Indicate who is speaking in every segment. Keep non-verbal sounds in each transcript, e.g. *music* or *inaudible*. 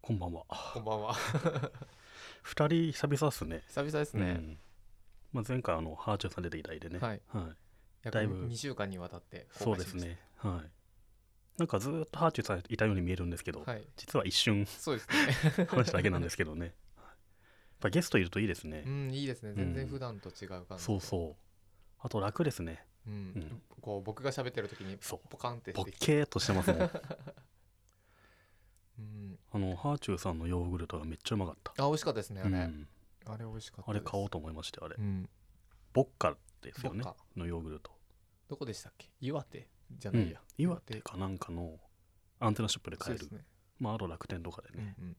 Speaker 1: こんばんは。
Speaker 2: こんばんは。
Speaker 1: 二人久々っすね。
Speaker 2: 久々です
Speaker 1: う
Speaker 2: ね。
Speaker 1: んまあ、前回あのハーチューさん出ていただいてね。
Speaker 2: はい。
Speaker 1: はい。
Speaker 2: 約
Speaker 1: だいぶ
Speaker 2: 2週間にわたって
Speaker 1: そうですね。はい。なんかずーっとハーチューさんいたように見えるんですけど、
Speaker 2: 公開しました。は
Speaker 1: 実は
Speaker 2: い。
Speaker 1: 一瞬 *laughs*
Speaker 2: そうですね。
Speaker 1: 話しただけなんですけどね。はいやっぱゲストいるといいです
Speaker 2: う
Speaker 1: ね。
Speaker 2: ん、いいですね。全然
Speaker 1: うん
Speaker 2: 普段と違う感じ。
Speaker 1: そうそう。あと楽ですね。
Speaker 2: う
Speaker 1: うんん。
Speaker 2: こう僕が喋ってる時に
Speaker 1: そう
Speaker 2: ポカンって
Speaker 1: ボ
Speaker 2: して
Speaker 1: ッ
Speaker 2: きて。
Speaker 1: ケーっとしてますもん。
Speaker 2: *laughs* うん。
Speaker 1: あのハーチューさんのヨーグルトがめっちゃうまかった。
Speaker 2: あ、美味しかったですね。あ
Speaker 1: う
Speaker 2: れ。
Speaker 1: ん、
Speaker 2: あれ美味しかった
Speaker 1: あ
Speaker 2: で
Speaker 1: れ
Speaker 2: す。
Speaker 1: 買おうと思いましてあれ
Speaker 2: うん。
Speaker 1: ボッカですよね
Speaker 2: ボッカ
Speaker 1: のヨーグルト、
Speaker 2: どこでしたっけ？岩手じゃ
Speaker 1: う
Speaker 2: ない
Speaker 1: ん
Speaker 2: や。、
Speaker 1: 岩手かなんかのアンテナショップで買え
Speaker 2: そうで
Speaker 1: る、
Speaker 2: すね。
Speaker 1: まああと楽天とかで
Speaker 2: うん
Speaker 1: ね、
Speaker 2: うん。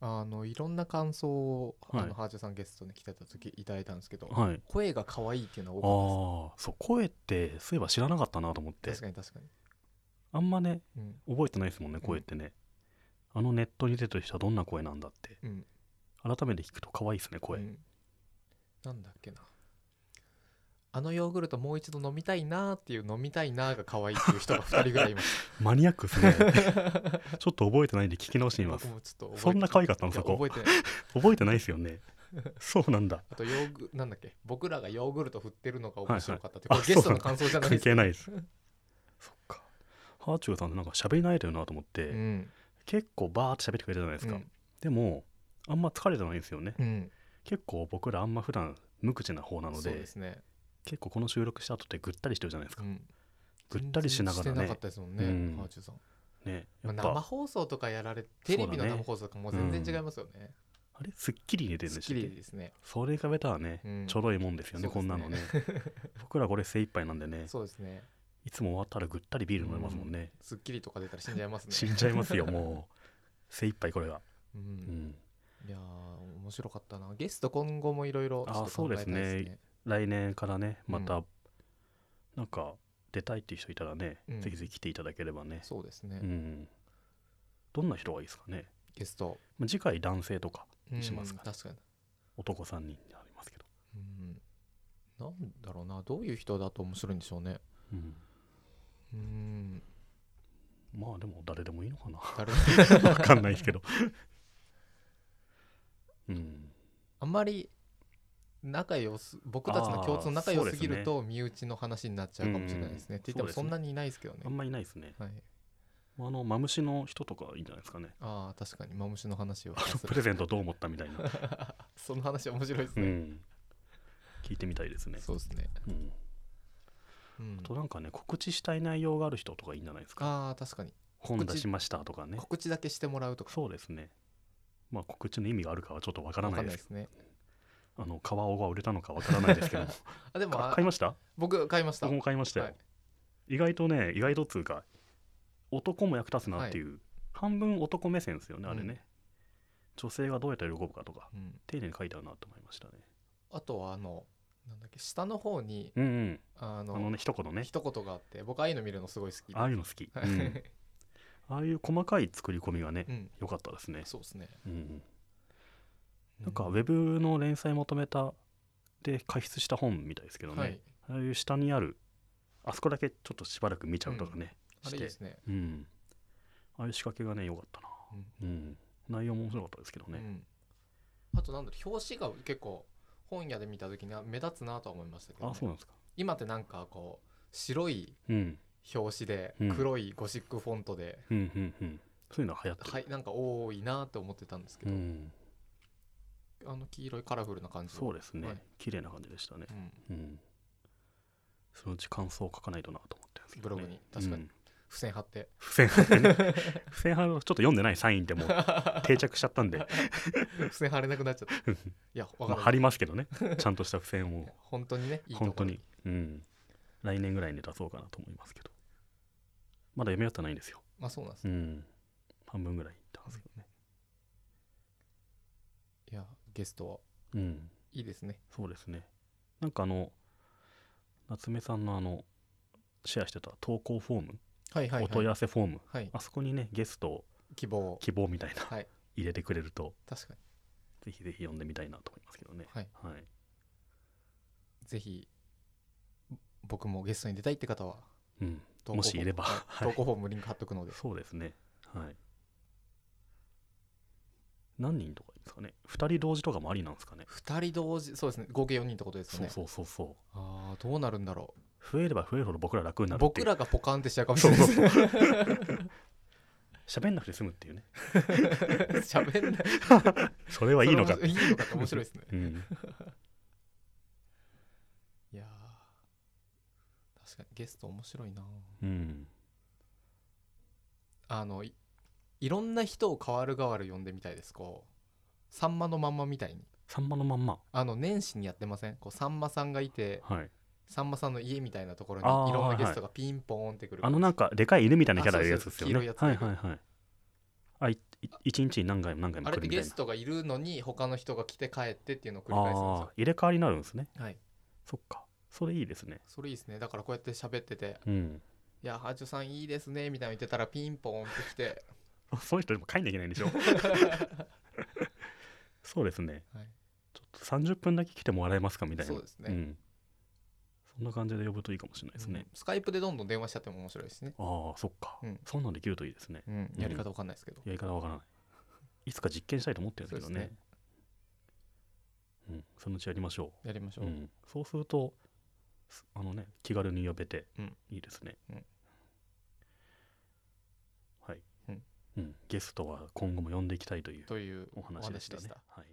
Speaker 2: あのいろんな感想をあ
Speaker 1: はい
Speaker 2: のハーチューさんゲストに来てた時いただいたんですけど、
Speaker 1: はい
Speaker 2: 声が可愛いっていうのは
Speaker 1: ああ
Speaker 2: 多かっ
Speaker 1: ーそう声ってそういえば知らなかったなと思ったて
Speaker 2: です。確かに確かに。
Speaker 1: あんまね
Speaker 2: うん。
Speaker 1: 覚えてないですもんね声ってね、あのネットに出てる人はどんな声なんだって
Speaker 2: うん。
Speaker 1: 改めて聞くと可愛いですね声、
Speaker 2: うんなんだっけなあのヨーグルトもう一度飲みたいなーっていう飲みたいなーが可愛いっていう人が2人ぐらいいまし
Speaker 1: マニアック
Speaker 2: *laughs*
Speaker 1: ですねちょっと覚え *laughs* てないんで聞き直して
Speaker 2: た
Speaker 1: みます
Speaker 2: 僕もちょっと覚えて
Speaker 1: そんな可愛かったのそこ
Speaker 2: いや覚えてない
Speaker 1: 覚えてないですよねそうなん
Speaker 2: *laughs*
Speaker 1: だ
Speaker 2: あとヨーグなんだっけ僕らがヨーグルト振ってるのが面白
Speaker 1: *laughs*
Speaker 2: かったって、
Speaker 1: はいはい
Speaker 2: これゲストの感想じゃない
Speaker 1: 関
Speaker 2: です
Speaker 1: 係ないです
Speaker 2: *laughs*
Speaker 1: そっかハーチューさんってなんか喋り慣れてるなと思って、
Speaker 2: うん
Speaker 1: 結構バーって喋ってくれたじゃないですか、
Speaker 2: うん
Speaker 1: でもあんま疲れてないんですよね、
Speaker 2: うん
Speaker 1: 結構僕らあんま普段無口な方なの
Speaker 2: そう
Speaker 1: で
Speaker 2: ですね、
Speaker 1: 結構この収録した後ってぐったりしてるじゃないです
Speaker 2: う
Speaker 1: か、
Speaker 2: ん、
Speaker 1: ぐったりしながら
Speaker 2: 全
Speaker 1: ね
Speaker 2: 然してなかったですもんね、
Speaker 1: うん
Speaker 2: ハーチューさん、
Speaker 1: ね
Speaker 2: ま
Speaker 1: やっ
Speaker 2: あ生
Speaker 1: ぱ
Speaker 2: 放送とかやられテレ
Speaker 1: そう
Speaker 2: ビの
Speaker 1: だね
Speaker 2: 生放送とかも全然違いますよね
Speaker 1: あれすっきり寝てるん
Speaker 2: すっ
Speaker 1: でし
Speaker 2: き
Speaker 1: たっ
Speaker 2: り
Speaker 1: け
Speaker 2: ですね
Speaker 1: それがべたらね、
Speaker 2: うん
Speaker 1: ちょろいもんですよね
Speaker 2: そうで
Speaker 1: こんな
Speaker 2: すね *laughs*
Speaker 1: のね僕らこれ精一杯なんでね
Speaker 2: そうですね
Speaker 1: いつも終わったらぐったりビール飲めますもんね、
Speaker 2: すっきりとか出たら死んじゃいますね
Speaker 1: 死んじゃいますよもう精一杯これが、
Speaker 2: *laughs*
Speaker 1: う
Speaker 2: う
Speaker 1: んん、
Speaker 2: いやー面白かったなゲスト今後もいろいろ
Speaker 1: あーそうですね来年からねまた、
Speaker 2: う
Speaker 1: なんか出たいっていう人いたらね、
Speaker 2: うん
Speaker 1: ぜひぜひ来ていただければね
Speaker 2: そうですね、
Speaker 1: うん、どんな人がいいですかね、
Speaker 2: ゲスト
Speaker 1: まあ、次回男性とか
Speaker 2: うん
Speaker 1: しますか
Speaker 2: 確かに、
Speaker 1: 男3人になりますけど、
Speaker 2: うん、なんだろうなどういう人だと面白いんでしょうね
Speaker 1: うん
Speaker 2: うん
Speaker 1: まあでも誰でもいいのかな
Speaker 2: 誰
Speaker 1: *laughs* わかんないですけどうん
Speaker 2: あんまり仲良す僕たちの共通の仲良すぎると身内の話になっちゃうかもしれないですね、って言ってもそんなにいないですけどね
Speaker 1: あんまいないですね、
Speaker 2: はい、
Speaker 1: まあ、あのマムシの人とかいいんじゃないですかね
Speaker 2: ああ確かにマムシの話を
Speaker 1: あのプレゼントどう思ったみたい *laughs* な、
Speaker 2: *laughs* その話面白いです
Speaker 1: う
Speaker 2: ね、
Speaker 1: ん、聞いてみたいですね
Speaker 2: そうですね、
Speaker 1: うん、
Speaker 2: うん
Speaker 1: あとなんかね告知したい内容がある人とかいいんじゃないですか
Speaker 2: ああ確かに
Speaker 1: 本出しましたとかね
Speaker 2: 告知だけしてもらうとか
Speaker 1: そうですねまあ告知の意味があるかはちょっとわから
Speaker 2: わ
Speaker 1: な
Speaker 2: か
Speaker 1: い
Speaker 2: ん
Speaker 1: で
Speaker 2: ない
Speaker 1: す
Speaker 2: ですね
Speaker 1: あの皮をが売れたのかわからない *laughs* ですけど
Speaker 2: あでも
Speaker 1: か
Speaker 2: あ
Speaker 1: 買いました
Speaker 2: 僕買いました
Speaker 1: 僕も買いましたよ、
Speaker 2: はい
Speaker 1: 意外とね意外とっつうか男も役立つなっていう、半分男目線ですよねあれね、
Speaker 2: うん
Speaker 1: 女性がどうやって喜ぶかとか
Speaker 2: うん
Speaker 1: 丁寧に書いてあるなと思いましたね
Speaker 2: あとはあのなんだっけ下の方に
Speaker 1: うんうん
Speaker 2: あ
Speaker 1: あ
Speaker 2: の
Speaker 1: のね一言ね
Speaker 2: 一言があって僕ああいうの見るのすごい好きで
Speaker 1: ああいうの好き、う
Speaker 2: はい
Speaker 1: ん、ああいう細かい作り込みがね
Speaker 2: *laughs* うん
Speaker 1: 良かったですね、
Speaker 2: そうですね
Speaker 1: うんうん、なんかウェブの連載まとめたで加筆した本みたいですけどね、
Speaker 2: はい
Speaker 1: ああいう下にあるあそこだけちょっとしばらく見ちゃうとかね、
Speaker 2: あ
Speaker 1: し
Speaker 2: れいい
Speaker 1: て
Speaker 2: ですね
Speaker 1: うん、ああいう仕掛けがね良かったな、うん、内容も面白かったですけど
Speaker 2: う
Speaker 1: ね、
Speaker 2: んあとなんだろう表紙が結構本屋で見た時には目立つなとは思いましたけどね
Speaker 1: あそうなんですか
Speaker 2: 今ってなんかこう白い
Speaker 1: うん
Speaker 2: 表紙で
Speaker 1: うん
Speaker 2: 黒いゴシックフォントで、
Speaker 1: うんうんうんそういうのが流行ってる、
Speaker 2: はいなんか多いなと思ってたんですけ
Speaker 1: う
Speaker 2: ど、
Speaker 1: ん、
Speaker 2: あの黄色いカラフルな感じ
Speaker 1: そう
Speaker 2: で
Speaker 1: ですね、
Speaker 2: はい
Speaker 1: 綺麗な感じでしたね
Speaker 2: す、、うん
Speaker 1: うん、そのうち感想を書かないとなと思ってるんですけど、ね、
Speaker 2: ブログに確かに
Speaker 1: うん
Speaker 2: 付箋貼って
Speaker 1: 付 *laughs* 箋派でね付箋派のちょっと読んでないサインってもう
Speaker 2: *laughs*
Speaker 1: 定着しちゃったんで、
Speaker 2: 付箋貼れなくなっち
Speaker 1: *laughs*
Speaker 2: ゃったいやわ
Speaker 1: まあ、
Speaker 2: かんない
Speaker 1: 貼りますけどねちゃんとした付箋を
Speaker 2: 本当にねいいところ
Speaker 1: 本当にうん来年ぐらいに出そうかなと思いますけどまだ読み終わってないんですよ
Speaker 2: まあそうなんです、
Speaker 1: うん半分ぐらいいったんですけどね
Speaker 2: いやゲストは
Speaker 1: うん
Speaker 2: いいですね
Speaker 1: そうですねなんかあの夏目さんのあのシェアしてた投稿フォーム、
Speaker 2: はいはい
Speaker 1: お問い合
Speaker 2: はい、
Speaker 1: わせフォーム
Speaker 2: はい、
Speaker 1: あそこにねゲストを
Speaker 2: 希望
Speaker 1: 希望みたいな、 *laughs*
Speaker 2: はい
Speaker 1: 入れてくれると
Speaker 2: 確かに
Speaker 1: ぜひぜひ読んでみたいなと思いますけどね
Speaker 2: はい
Speaker 1: はい、
Speaker 2: ぜひ僕もゲストに出たいって方は
Speaker 1: うん、
Speaker 2: 投稿
Speaker 1: もしいれば
Speaker 2: フォームはい投稿フォームリンク貼っとくので
Speaker 1: そうですねはい何人とかですかね2人同時とかもありなんですかね
Speaker 2: 2人同時そうですね合計4人ってことですよ
Speaker 1: そ
Speaker 2: ね
Speaker 1: うそうそうそ
Speaker 2: ああどうなるんだろ
Speaker 1: う増えれば増えるほど僕ら楽に
Speaker 2: う
Speaker 1: なるってい
Speaker 2: 僕
Speaker 1: う
Speaker 2: らがポカンってしちゃうかもしれないですね
Speaker 1: *laughs* 喋んなくて済むっていうね
Speaker 2: *laughs* 喋んない
Speaker 1: それはいいのか
Speaker 2: *laughs* それ面白いいいのかって面白いですね
Speaker 1: うん
Speaker 2: いやー確かにゲスト面白いな
Speaker 1: うん
Speaker 2: あのいいろんな人を変わる変わる呼んでみたいですこうさんまのまんまみたいに
Speaker 1: さんまのまんま
Speaker 2: あの年始にやってませんこうさんまさんがいて
Speaker 1: はい
Speaker 2: さんまさんの家みたいなところ
Speaker 1: あー
Speaker 2: にいろんなゲストがピンポーンってくる
Speaker 1: あのなんかでかい犬みたいなキャラいるやつですよね
Speaker 2: あそうそう黄
Speaker 1: は
Speaker 2: 色
Speaker 1: い
Speaker 2: いやつ
Speaker 1: はいはいあいい一日に何回も何回も
Speaker 2: あ
Speaker 1: 来
Speaker 2: れっ
Speaker 1: る
Speaker 2: て
Speaker 1: みたい
Speaker 2: ゲ
Speaker 1: な
Speaker 2: ストがいるのに他の人が来て帰ってっていうのを繰り返すん
Speaker 1: ああー入れ替わりになるんですね
Speaker 2: ですよはい
Speaker 1: そっかそれいいですね
Speaker 2: それいいですねだからこうやって喋ってて
Speaker 1: うん
Speaker 2: 「いやハーチョさんいいですね」みたいなの言ってたらピンポーンってきて
Speaker 1: *laughs* そういう人でも帰んなきゃいけないんでし
Speaker 2: *laughs*
Speaker 1: ょそうですね、
Speaker 2: はい
Speaker 1: ちょっと30分だけ来てもらえますかみたいな
Speaker 2: そうですね
Speaker 1: ん、そんな感じで呼ぶといいかもしれないですね、
Speaker 2: うんスカイプでどんどん電話しちゃっても面白いですね
Speaker 1: ああそっか、
Speaker 2: うん
Speaker 1: そんなんできるといいですね
Speaker 2: うん
Speaker 1: うん
Speaker 2: やり方わかんないですけど、
Speaker 1: やり方わからないいつか実験したいと思ってるんだけどねうん、そのうちやりましょ
Speaker 2: やりまし
Speaker 1: う、
Speaker 2: ょう、
Speaker 1: うんそうするとすあのね気軽に呼べて
Speaker 2: うん
Speaker 1: いいですね、
Speaker 2: うん
Speaker 1: はい、
Speaker 2: うん
Speaker 1: うんゲストは今後も呼んでいきたいという
Speaker 2: という
Speaker 1: お話でしたね
Speaker 2: お話でした
Speaker 1: はい